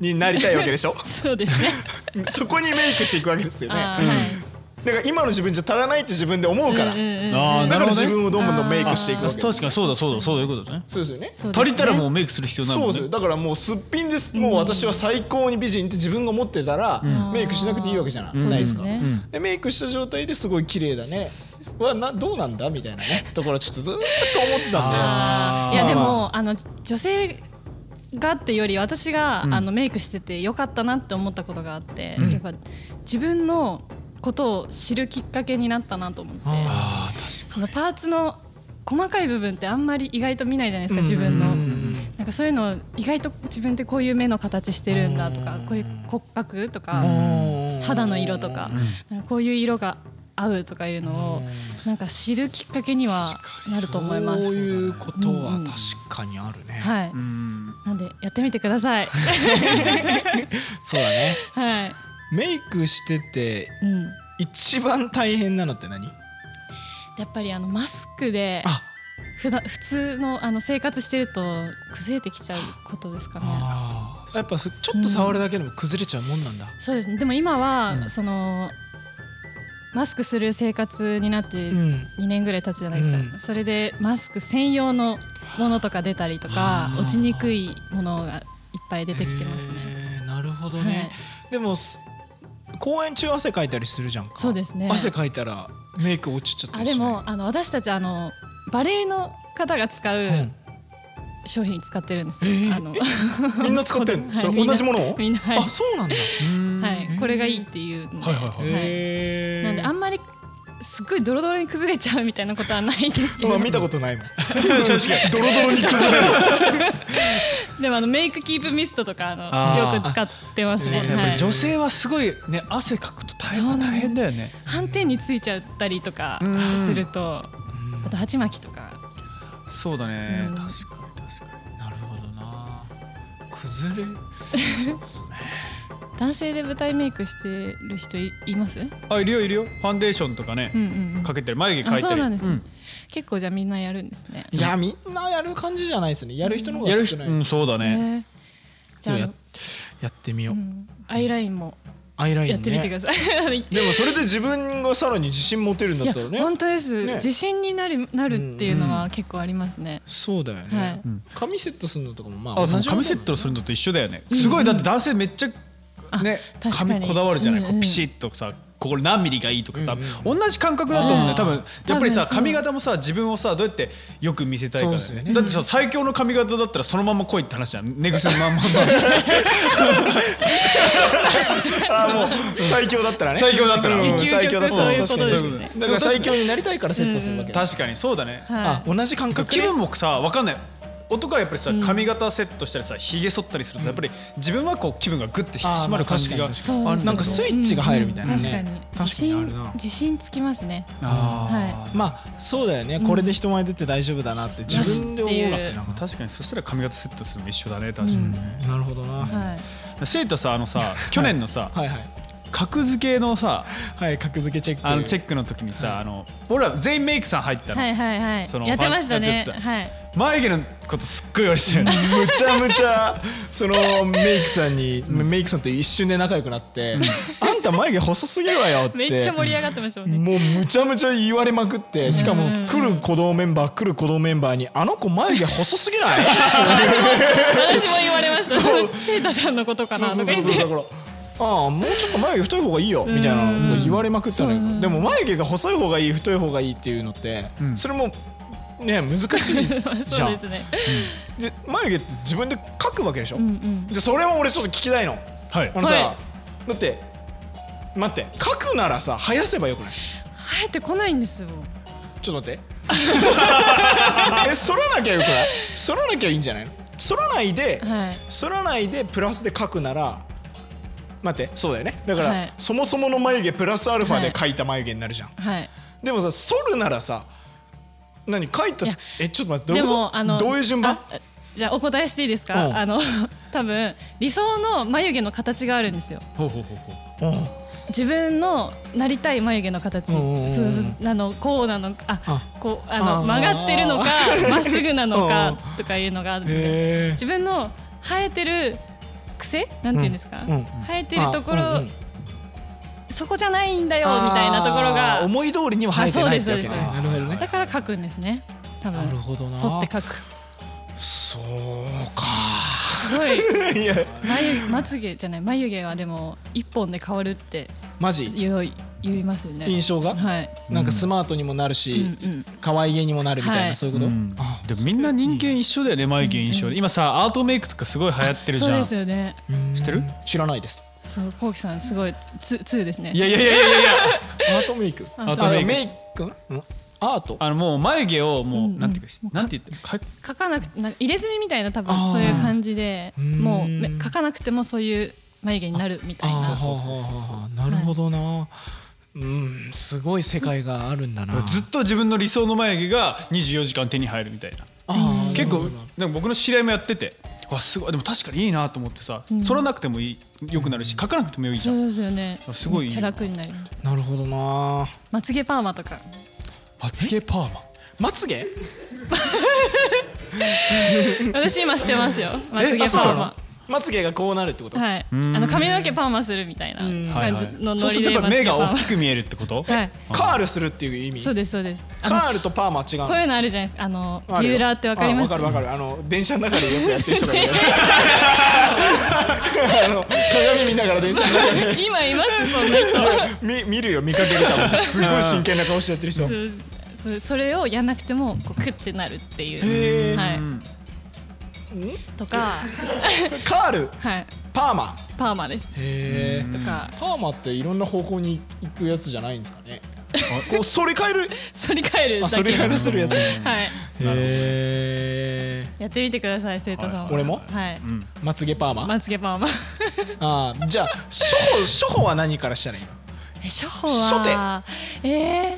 S2: になりたいわけ でしょ
S1: そうですね
S2: そこにメイクしていくわけですよね
S1: あ
S2: だ
S1: ーはい
S2: から今の自分じゃ足らないって自分で思うから、
S1: うんうんうん
S3: あー
S2: だ
S3: なるほ
S2: から
S3: ど
S2: 自
S3: ね
S2: 分をどんどんメイクしていくわけ
S3: 確かにそうだそうだそうだいうことだね
S2: そうですよね
S1: そうですね
S3: 足りたらもうメイクする必要ない
S2: そ
S3: も
S2: うんですよ
S3: ね
S2: だからもうすっぴんですもう私は最高に美人って自分が思ってたら、
S1: ん
S2: メイクしなくていいわけじゃない,、
S1: うん
S2: ないですか
S1: そうですね
S3: うん
S2: でメイクした状態ですごい綺麗だねはなどうなんだみたいなねところはちょっとずーっと思ってたん
S1: あ
S3: あ
S1: ー
S3: ー
S1: いやでもあの女性がってより私が、あのメイクしててよかったなって思ったことがあって、やっぱ自分のことを知るきっかけになったなと思って
S3: あー
S1: そのパーツの細かい部分ってあんまり意外と見ないじゃないですか
S2: うん
S1: 自分
S2: う
S1: の
S2: んうん
S1: なんかそういうの意外と自分ってこういう目の形してるんだとか
S2: うん
S1: こういう骨格と
S2: だ
S1: か
S2: ね
S1: 肌の色とかなんかこういう色が合うとかいうのをなんか知るきっかけにはなると思いま
S2: そう
S1: す。
S2: いうことは確かにあるね、
S1: はい
S3: うん
S1: なんでやってみてくださ い
S2: そうだね
S1: はい、
S2: メイクしてて
S1: うん、
S2: 一番大変なのって何
S1: やっぱりあのマスクで
S2: あ
S1: 普段普通のあの生活してると崩れてきちゃうことですかね
S2: あやっぱそちょっと触るだけでも崩れちゃうもんなんだ、
S1: そうですねでも今は、
S2: うん
S1: そのマスクする生活になって
S2: うん
S1: 2年ぐらい経つじゃないですか、
S2: うん
S1: それでマスク専用のものとか出たりとか
S2: あー
S1: 落ちにくいものがいっぱい出てきてますね。
S2: へーなるほど
S1: は
S2: ね
S1: い、、
S2: でもす公演中汗かいたりするじゃんか
S1: そうですね
S2: 汗かいたらメイク落ちちゃった
S1: あ
S2: り
S1: で
S2: しない
S1: もあの私たちあのバレエの方が使う
S2: うん
S1: 商品使ってるんですよ。あの
S2: みんな使ってん の、
S1: はい
S2: そ
S1: み
S2: れ
S1: んな
S2: 同じものを
S1: みんなはい
S2: あそうなんだ、
S1: はい、これがいいっていうので、
S3: はいはいはい
S2: へー
S1: なんであんまりすっごいドロドロに崩れちゃうみたいなことはないんですけ
S2: ま
S1: ど
S2: あ、見たことないも ん確かにドロドロに崩れる
S1: でもあのメイクキープミストとかあの
S3: あー
S1: よく使ってますね。
S2: そう
S3: やっぱ
S1: は
S3: り
S1: い
S3: 女性はすごいね汗かくと大
S1: そうな
S3: 変
S1: んだ
S3: 大変だよね
S1: 斑点についちゃったりとか
S3: うん
S1: すると、あと鉢巻きとか
S3: そうだね、
S1: うん
S3: 確かに確かに
S2: なるほどな崩れそうですね
S1: 男性で舞台メイクしてる人いいます？うん
S3: あいるよいるよファンデーションとかね、
S1: うんうん。
S3: かけてる眉毛描いてる
S1: あそうなんですね結構じゃあみんなやるんですね。
S2: いやみんなやる感じじゃないですねやる人の方
S3: やる
S2: が
S3: 人
S2: 少ない、
S3: うんそうだ
S1: へ
S3: ね、
S1: ーじゃあ
S2: じ
S1: あ
S2: ゃあや
S1: の、
S2: やってみよう、
S1: うん、アイラインも
S2: アイライン、ね、
S1: やってみてください。
S2: でもそれで自分がさらに自信持てるん
S1: い
S2: だっ
S1: や
S2: たらね
S1: 本当です、
S2: ね
S1: 自信になるなるっていうの
S3: う
S1: は結構ありますね。
S2: そうだよね、
S1: はい
S3: うん
S2: 髪セットするのとかもまあ
S3: あ
S2: 同
S3: その
S2: じよ
S3: 髪
S2: うな
S3: セットするのと一緒だよね、すごいだって男性めっちゃね
S1: 確かに
S3: 髪こだわるじゃない、
S1: うん
S3: こ
S1: う
S3: うんピシッとさここ何ミリがいいとか多分、
S2: うん
S3: 同じ感覚だと思うね
S2: あー
S3: 多分やっぱ
S1: 多分
S3: りさ
S1: そう
S3: 髪型もさ自分をさどうやってよく見せたいか、ね
S2: そうですよね
S3: だってさ最強の髪型だったらそのまま来いって話じゃん寝癖のまんまの
S2: あもう最強だったらね
S3: 最強だったら
S2: うん
S3: 究
S1: 極
S2: 最強だったら
S1: そういう
S2: 確
S1: こ
S2: か
S1: と
S2: に
S1: です
S3: ね
S2: だから最強になりたいからセットするわけだ、
S3: 確かにそうだね、
S1: は
S2: あ同じ感覚
S3: 気
S2: ね
S3: 分もさ分かんない男はやっぱりさ髪型セットしたりさひげ剃ったりするとやっぱり自分はこう気分がグッて引き締まる感じが
S2: あーまあ確かに確
S1: い。そう
S3: あ
S1: ですね
S2: なんかスイッチが入るみたいなね
S1: うんうん確かに
S2: 確かに
S1: 自信
S2: あるな
S1: 自信つきますね。
S3: あー
S2: まあそうだよねこれで人前出て大丈夫だなって自分で思うなってなんか
S3: 確かにそしたら髪型セットするのも一緒だね確かに、ね
S2: なるほどな
S1: はい。
S3: シェイタさあのさ去年のさ、
S2: はいはい
S3: 格付けのさ
S2: はい格付けチェック
S3: あのチェックの時にさ、あの俺ら全員メイクさん入ってたの、
S1: はいはいは
S3: その
S1: い。やってましたね。
S3: パンツ
S1: はい。
S3: 眉毛のことすっごい言われてたよね
S2: むちゃむちゃそのメイクさんにメイクさんと一瞬で仲良くなって「あんた眉毛細すぎるわよ」って
S1: めっちゃ盛り上がってましたもんね。
S2: もうむちゃむちゃ言われまくってしかも
S1: うん
S2: 来る鼓動メンバー来る鼓動メンバーに「あの子眉毛細す ぎない?」
S1: 私も言われました
S2: そう。
S1: セイタさんのことか
S2: そう
S1: なと
S2: そう
S1: か
S2: そう
S1: 言っ
S2: そうだ
S1: て。
S2: からああもうちょっと眉毛太い方がいいよみたいな
S1: うん
S2: もう言われまくったの
S1: そう
S2: よでも眉毛が細い方がいい太い方がいいっていうのって、
S3: うん
S2: それもね難しいじ
S1: そ
S2: ゃ
S1: うんですね。
S2: で眉毛って自分で描くわけでしょ、
S1: うんうん。
S2: でそれも俺ちょっと聞きたいの
S3: はい
S2: あのさ、
S1: は
S2: だって待って描くならさ生やせばよくない
S1: 生えてこないんですよ。
S2: ちょっと待ってえ剃らなきゃよくない剃らなきゃいいんじゃないの剃らないで、
S1: はい。
S2: 剃らないでプラスで描くなら待ってそうだよねだから、
S1: はい
S2: そもそもの眉毛プラスアルファで描いた眉毛になるじゃん、
S1: はい。
S2: でもさ剃るならさ何描いた
S1: いや
S2: えちょっと待ってどうい
S1: で
S2: うこ
S1: も
S2: と
S1: あの
S2: どういう順番
S1: あじゃあお答えしていいですか、
S2: うん
S1: あの 多分理想の眉毛の形があるんですよ
S3: ほうほうほうほう
S2: うん
S1: 自分のなりたい眉毛の形
S2: う
S1: そ
S2: んうんうん
S1: うそうそうあのこうなのかあ
S2: あ
S1: こうあ
S2: あ
S1: の
S2: ー
S1: 曲がってるのかまっすぐなの
S2: うん
S1: か
S2: う
S1: とかいうのがあるんですけど
S2: へえ
S1: 自分の生えてる癖なんていうんですか、
S2: うんうん
S1: 生えてるところ、
S2: あうんうん
S1: そこじゃないんだよみたいなところ
S2: あー
S1: が
S2: 思い通りには生えてないってわけね
S1: あそうですそうです
S2: なるほど
S1: だ
S2: ね
S1: から書くんですね多分
S2: なるほどな
S1: 沿って書く
S2: そうか
S1: すごい
S2: いや
S1: 眉まつげじゃない眉毛はでも一本で変わるって
S2: マジ
S1: 言う言いますよね
S2: 印象が
S1: はい、
S2: なんかスマートにもなる
S1: うんう
S2: し
S1: ん、
S2: 可愛げにもなるみたい
S1: は
S2: ないそういうこと
S3: うん
S2: あ
S3: でもみんな人間一緒だよね眉毛印象で今さアートメイクとかすごい流行ってるじ
S1: そう
S3: ゃん
S1: ですよね
S3: 知ってる
S2: 知らないです
S1: そうこうきさんすごいツツーですね
S3: いやいやいやいやいや
S2: アートメイク
S1: ア
S3: ートメイク
S2: メイクんアート
S3: あのもう眉毛をもう、
S1: うん
S3: なんていうかし
S1: もうか
S3: なんて言ってか
S1: 書かなくな入れ墨みたいな多分
S2: あー
S1: そういう感じで
S2: うん
S1: もうめ書かなくてもそういう眉毛になるみたい
S2: あ
S1: な
S2: ーははははなるほどなうんすごい世界があるんだな
S3: ずっと自分の理想の眉毛が24時間手に入るみたいな
S2: あー
S3: 結構
S2: なる
S3: なんか僕の知り合いもやってて
S2: ほ
S3: わすごいでも確かにいいなと思ってさ、
S1: うん
S3: 剃らなくてもいいよくなるし書かなくてもいいじ
S1: そ
S3: ゃん
S1: うですよね
S3: すご
S1: め
S3: い
S1: っちゃ楽になります
S2: なるほどな
S1: まつげパーマとか
S3: まつげパーマ
S2: まつげ
S1: 私今してますよまつげパ
S2: あそう
S1: ー
S2: なの
S1: マ
S2: まつげがこうなるってこと、
S1: はい、あ
S3: うん
S1: の髪の毛パーマするみたいな感じの
S3: そ
S1: ノ
S3: うす
S1: リ
S3: る
S1: でま
S3: とやっぱ
S1: つ
S3: 目
S1: げパ
S3: が
S1: ーマ
S3: 大きく見えるってこと、
S1: はい
S2: カールするっていう意味
S1: そうですそうですあ
S2: カ
S1: の
S2: ールとパーマは違うの
S1: こういうのあるじゃないですかあのビ
S2: あるよ
S1: ューラーってわかります
S2: あわかるわかるあの電車の中でよくやってる人がいる やつあの鏡見ながら電車の中で
S1: 今いますそんな人
S2: 見見るよ見かける多 分すごい真剣な顔してやってる人へ
S1: そうそれをやんなくてもこうクッてなるっていう、
S2: え
S1: はい
S3: うん
S1: とか、
S2: カール
S1: はい、
S2: パーマ
S1: パーマです
S2: へえ
S1: とか、
S2: パーマっていろんな方向に行くやつじゃないんですかねこう反り返 る
S1: 反り返るだ
S2: あ
S1: け
S2: 反り返らせるやつへ
S1: はい
S2: え
S1: やってみてください生徒さんは
S2: 俺も
S1: はい
S3: うん
S2: まつげパーマ
S1: まつげパーマ
S2: あーじゃあ初歩初歩は何からしたらいいの
S1: え初歩はえ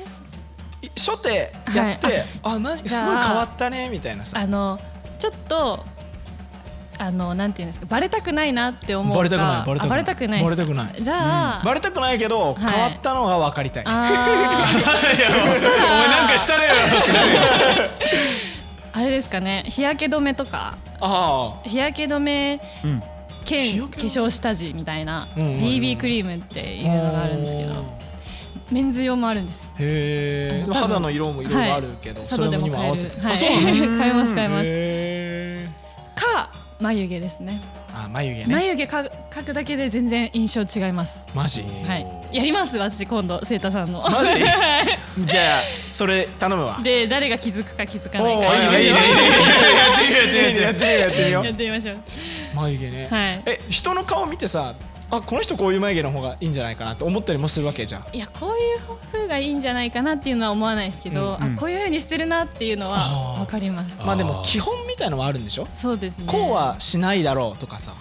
S2: い初手やって、
S1: はい
S2: あなす
S1: じゃあ
S2: ごい変わったねみたいな
S1: ー、
S2: さ
S1: あのちょっとあのなんていうんですかバレたくないなって思うかあバレたくない
S2: バレたくない
S1: じゃあ、
S2: バレたくないけど、
S1: い
S2: 変わったのが分かりたい
S1: あー
S3: いや お前なんかしたれよ
S1: あれですかね日焼け止めとか
S2: あ
S1: 日焼け止め
S3: うん
S2: 日
S1: 兼化
S2: 焼け止め
S1: 粧下地みたいな
S2: うんうんうん
S1: BB クリームっていうのがあるんですけどメンズ用もあるんです
S2: へ
S1: あ
S2: え
S1: の
S2: 肌の色もいろいろあるけど、
S1: 佐渡でも
S2: に
S1: 買える
S2: あそうな
S1: は
S2: の
S1: い
S2: へ
S1: 買えます買えます
S2: え
S1: か眉毛ですね
S2: あ眉毛ね
S1: 眉毛か描くだけで全然印象違います
S2: マジ
S1: はいやります私今度セータさんの
S2: マジ
S1: はい
S2: じゃあそれ頼むわ
S1: で誰が気づくか気づかな
S2: お
S1: い
S2: ー
S1: か
S2: いいね
S1: やりましょ
S2: いいねやってみようやってみよ
S1: うや
S2: う
S1: ってみましょう
S2: 眉毛ね、
S1: はい
S2: え人の顔見てさあこの人こういう眉毛の方がいいんじゃないかなって思ったりもするわけじゃん
S1: いやこういう風がいいんじゃないかなっていうのは思わないですけど、
S3: うんうん
S1: あこういう風にしてるなっていうの
S2: あー
S1: はわかります
S2: まあでも
S3: あー
S2: 基本みたいのはあるんでしょ
S1: そうですね
S2: こうはしないだろうとかさ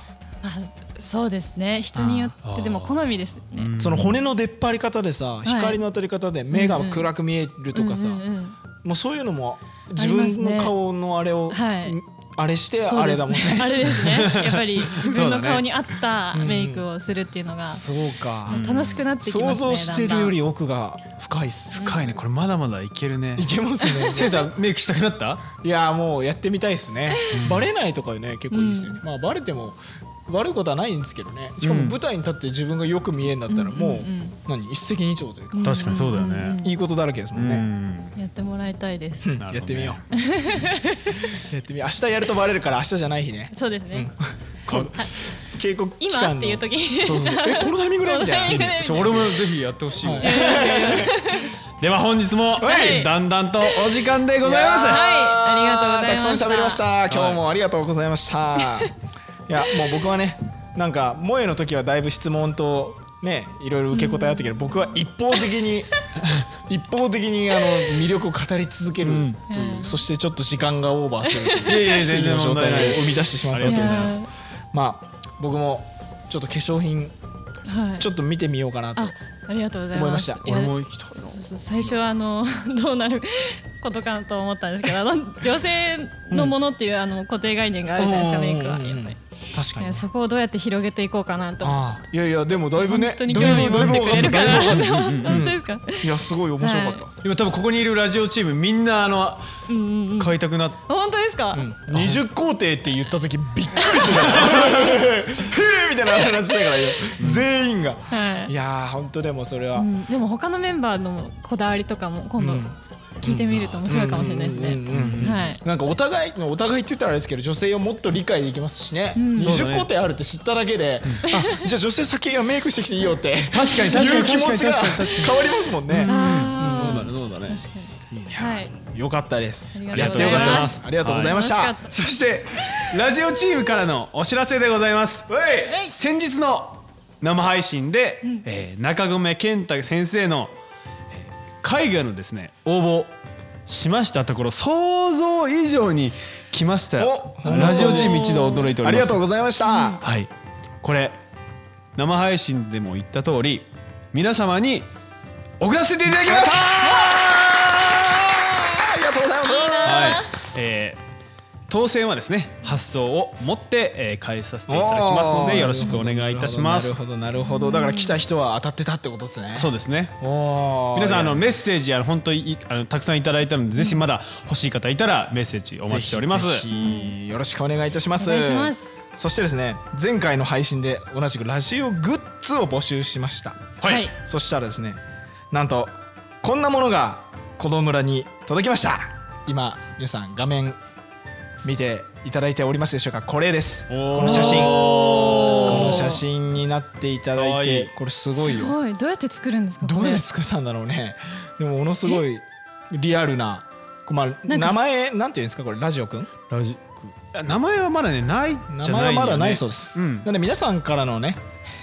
S1: あそうですね人によ
S3: あ
S1: っ
S3: ー
S1: てでも好みですね
S2: その骨の出っ張り方でさ
S1: い
S2: 光の当たり方で目が暗く見えるとかさ
S1: うんうんうん
S2: もうそういうのも自
S1: あります
S2: 分の
S1: ね
S2: 顔のあれを
S1: はい
S2: あれして
S1: そうです
S2: あれだもんね。
S1: あれですねやっぱ り自分の顔に合った
S2: そうだね
S1: メイクをするっていうのが
S2: そうか
S3: ん
S1: 楽しくなってきますね
S2: 想像してるより
S1: だん
S2: 奥が深いっす。
S3: 深いねこれまだまだいけるね
S2: いけます ね。
S3: セーターメイクしたくなった
S2: いやもうやってみたいっすね。バレないとかね結構いいですよね。まあバレても悪いことはないんですけどね。しか
S3: う
S2: も
S3: ん
S2: 舞台に立って自分がよく見えんだったらも
S1: うんう
S2: うん
S1: うん
S2: 何一石二鳥というか
S1: だん
S3: 確かにそうだよね
S1: んんん
S2: いいことだらけですもんね。
S1: やってもらいたいです
S2: うん
S3: な
S2: や
S3: る
S2: っ
S3: ほどね
S2: てみよう。 やってみよう。明日やるとバレるから明日じゃない日ね。
S1: そうですね
S2: こう警告期
S1: 今
S2: 間
S1: っ
S2: の
S1: ていう時に
S2: そう そうそうえこのタイミングでみたいな。
S3: ちょ俺もぜひやってほしい、
S2: はい
S3: では本日も
S1: はい
S3: だんだんとお時間でございます
S1: いやはいありがとうございました
S2: たくさん喋りました。今日もありがとうございました。い、やもう僕はねなんか萌えの時はだいぶ質問とねいろいろ受け答えあったけど、僕は一方的 に一方的にあの魅力を語り続けるという、
S1: うん
S2: そしてちょっと時間がオーバーすると
S3: いやい
S2: いう
S3: や
S2: 奇
S3: 全
S2: 跡
S3: 然
S2: の状
S3: 問題ない
S2: 態を生み出してしまったわけです
S1: い
S2: が
S1: や
S2: まあ僕もちょっと化粧品
S1: ーはい
S2: ちょっと見てみようかなと
S1: あありがとうございます
S2: 思いました
S1: いや
S2: 俺も行きたいな
S1: そうそう最初はあのどうなることかと思ったんですけどあ の女性のものっていうあの固定概念があるじゃないですかメイクはやっぱり
S2: 確か
S1: い
S2: に
S1: やそこをどうやって広げていこうかなと思って
S2: ああいやいやでもだいぶね
S1: 本当に興
S2: だい
S1: 味
S2: ぶだい
S1: 持
S2: ぶ
S1: って
S2: 分
S1: くれ
S2: か
S1: る
S2: っ
S1: か
S2: た
S1: なっ
S2: だいぶ
S1: て
S2: 分かっ
S1: 本当ですか
S2: たいやすごい面白かった、
S1: は
S3: 今多分ここにいるラジオチームみんなあの
S1: うんうんうん
S3: 買いたくなっ
S1: 本当ですか
S2: 二十工程って言った時びっくりした よへえみたいな話してたからよ全員が
S1: はい
S2: いやー本当でもそれ
S1: う
S2: は
S1: んでも他のメンバーのこだわりとかも今度
S2: うん
S1: 聞いてみると面白いかもしれないです
S2: うんうん
S1: ね
S2: うんうん
S1: はい
S2: なんかお互いのお互いって言ったらあれですけど女性をもっと理解できますしね、
S1: ん
S2: 二
S3: そ
S2: 十
S3: うだ
S2: 工
S3: ね
S2: 程あるって知っただけで、あじゃあ女性先がメイクしてきていいよって
S3: 確かに確か
S2: い
S3: に
S2: う気持ちが
S3: 確かに
S2: 変わりますもんね、
S1: あー
S3: そうだね
S1: 確かにはい
S2: よかったです
S1: ありがとうご
S3: あ
S1: ざ
S3: り
S1: い
S3: がとう
S1: ま
S3: ございますす
S2: ありがとうございました、
S1: はい
S3: そしてラジオチームからのお知らせでございます
S2: うい
S3: 先日の生配信で、えー中込健太先生の、えー海外のですね応募しましたところ想像以上に来ましたよ
S2: お
S3: ラジオチーム一同驚いております
S2: ありがとうございました、
S3: はい、これ生配信でも言った通り皆様に送らせていただきます
S2: ありがとうございます
S3: はいえー当選はですね発送を持って、えー返させていただきますのでよろしくお願いいたしま
S2: な
S3: す
S2: るほどなるほどだから来た人は当たってたってことですね
S3: そう
S2: う
S3: ですね
S2: おー
S3: 皆さんあ
S2: いや
S3: のメッセージあの本当にいあのたくさんいただいたのでぜひまだ欲しい方いたらメッセージお
S2: お
S3: 待ちしております
S2: よろしくお願いいたします
S1: お願いします
S2: そしてですね前回の配信で同じくラジオグッズを募集しました
S1: はい
S2: そしたらですねなんとこんなものがこの村に届きました今皆さん画面見ていただいておりますでしょうかこれですこの写真この
S3: の
S2: 写真になっていただい
S3: かわい
S2: て
S3: い
S2: これすごい
S1: す
S2: よ
S1: ごいどうやって作るんですか
S2: どうやって
S1: か
S2: 作ったんだろうねでもものすごいリアルなこうまあ
S1: なんか
S2: 名前なんていうんですかこれラジオくん
S3: ラジあ名前はまだねないじゃない
S2: 名前はまだないそう
S3: で
S2: です、
S3: うん
S2: なので皆さんからのね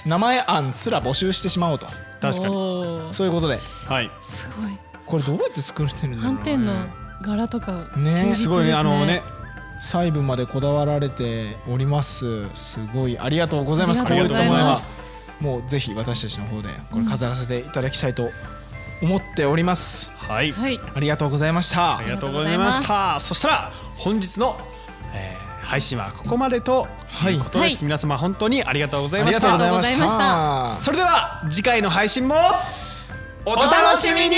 S2: 名前案すら募集してしまおうと
S3: 確かに
S1: に
S2: そういうことで
S3: はい
S1: すごい
S2: これどうやって作ってるんだろう、ね、
S1: 斑点の柄とか忠実
S2: ね
S1: ですね
S3: すごいねあのね
S2: 細部までこだわられておりますすごいありがとうございます
S1: あ
S2: こう
S1: り
S2: いっ
S1: が
S2: た
S1: とう
S2: も
S1: ござい
S2: の
S1: ま
S2: は
S1: す
S2: もうぜひ私たちの方でこれ飾らせていただきたいと思っております、
S3: はい
S1: はい
S2: ありがとうございました
S3: ありがとうございましたそしたら本日の、えー配信はここまでということです、
S1: はい
S3: 皆様本当にありがとうござい
S2: あ
S3: ま
S2: り
S3: し
S2: がとうご
S3: た
S2: ざいま
S1: ありがとうございま
S2: した
S3: それでは次回の配信も
S2: お楽しみに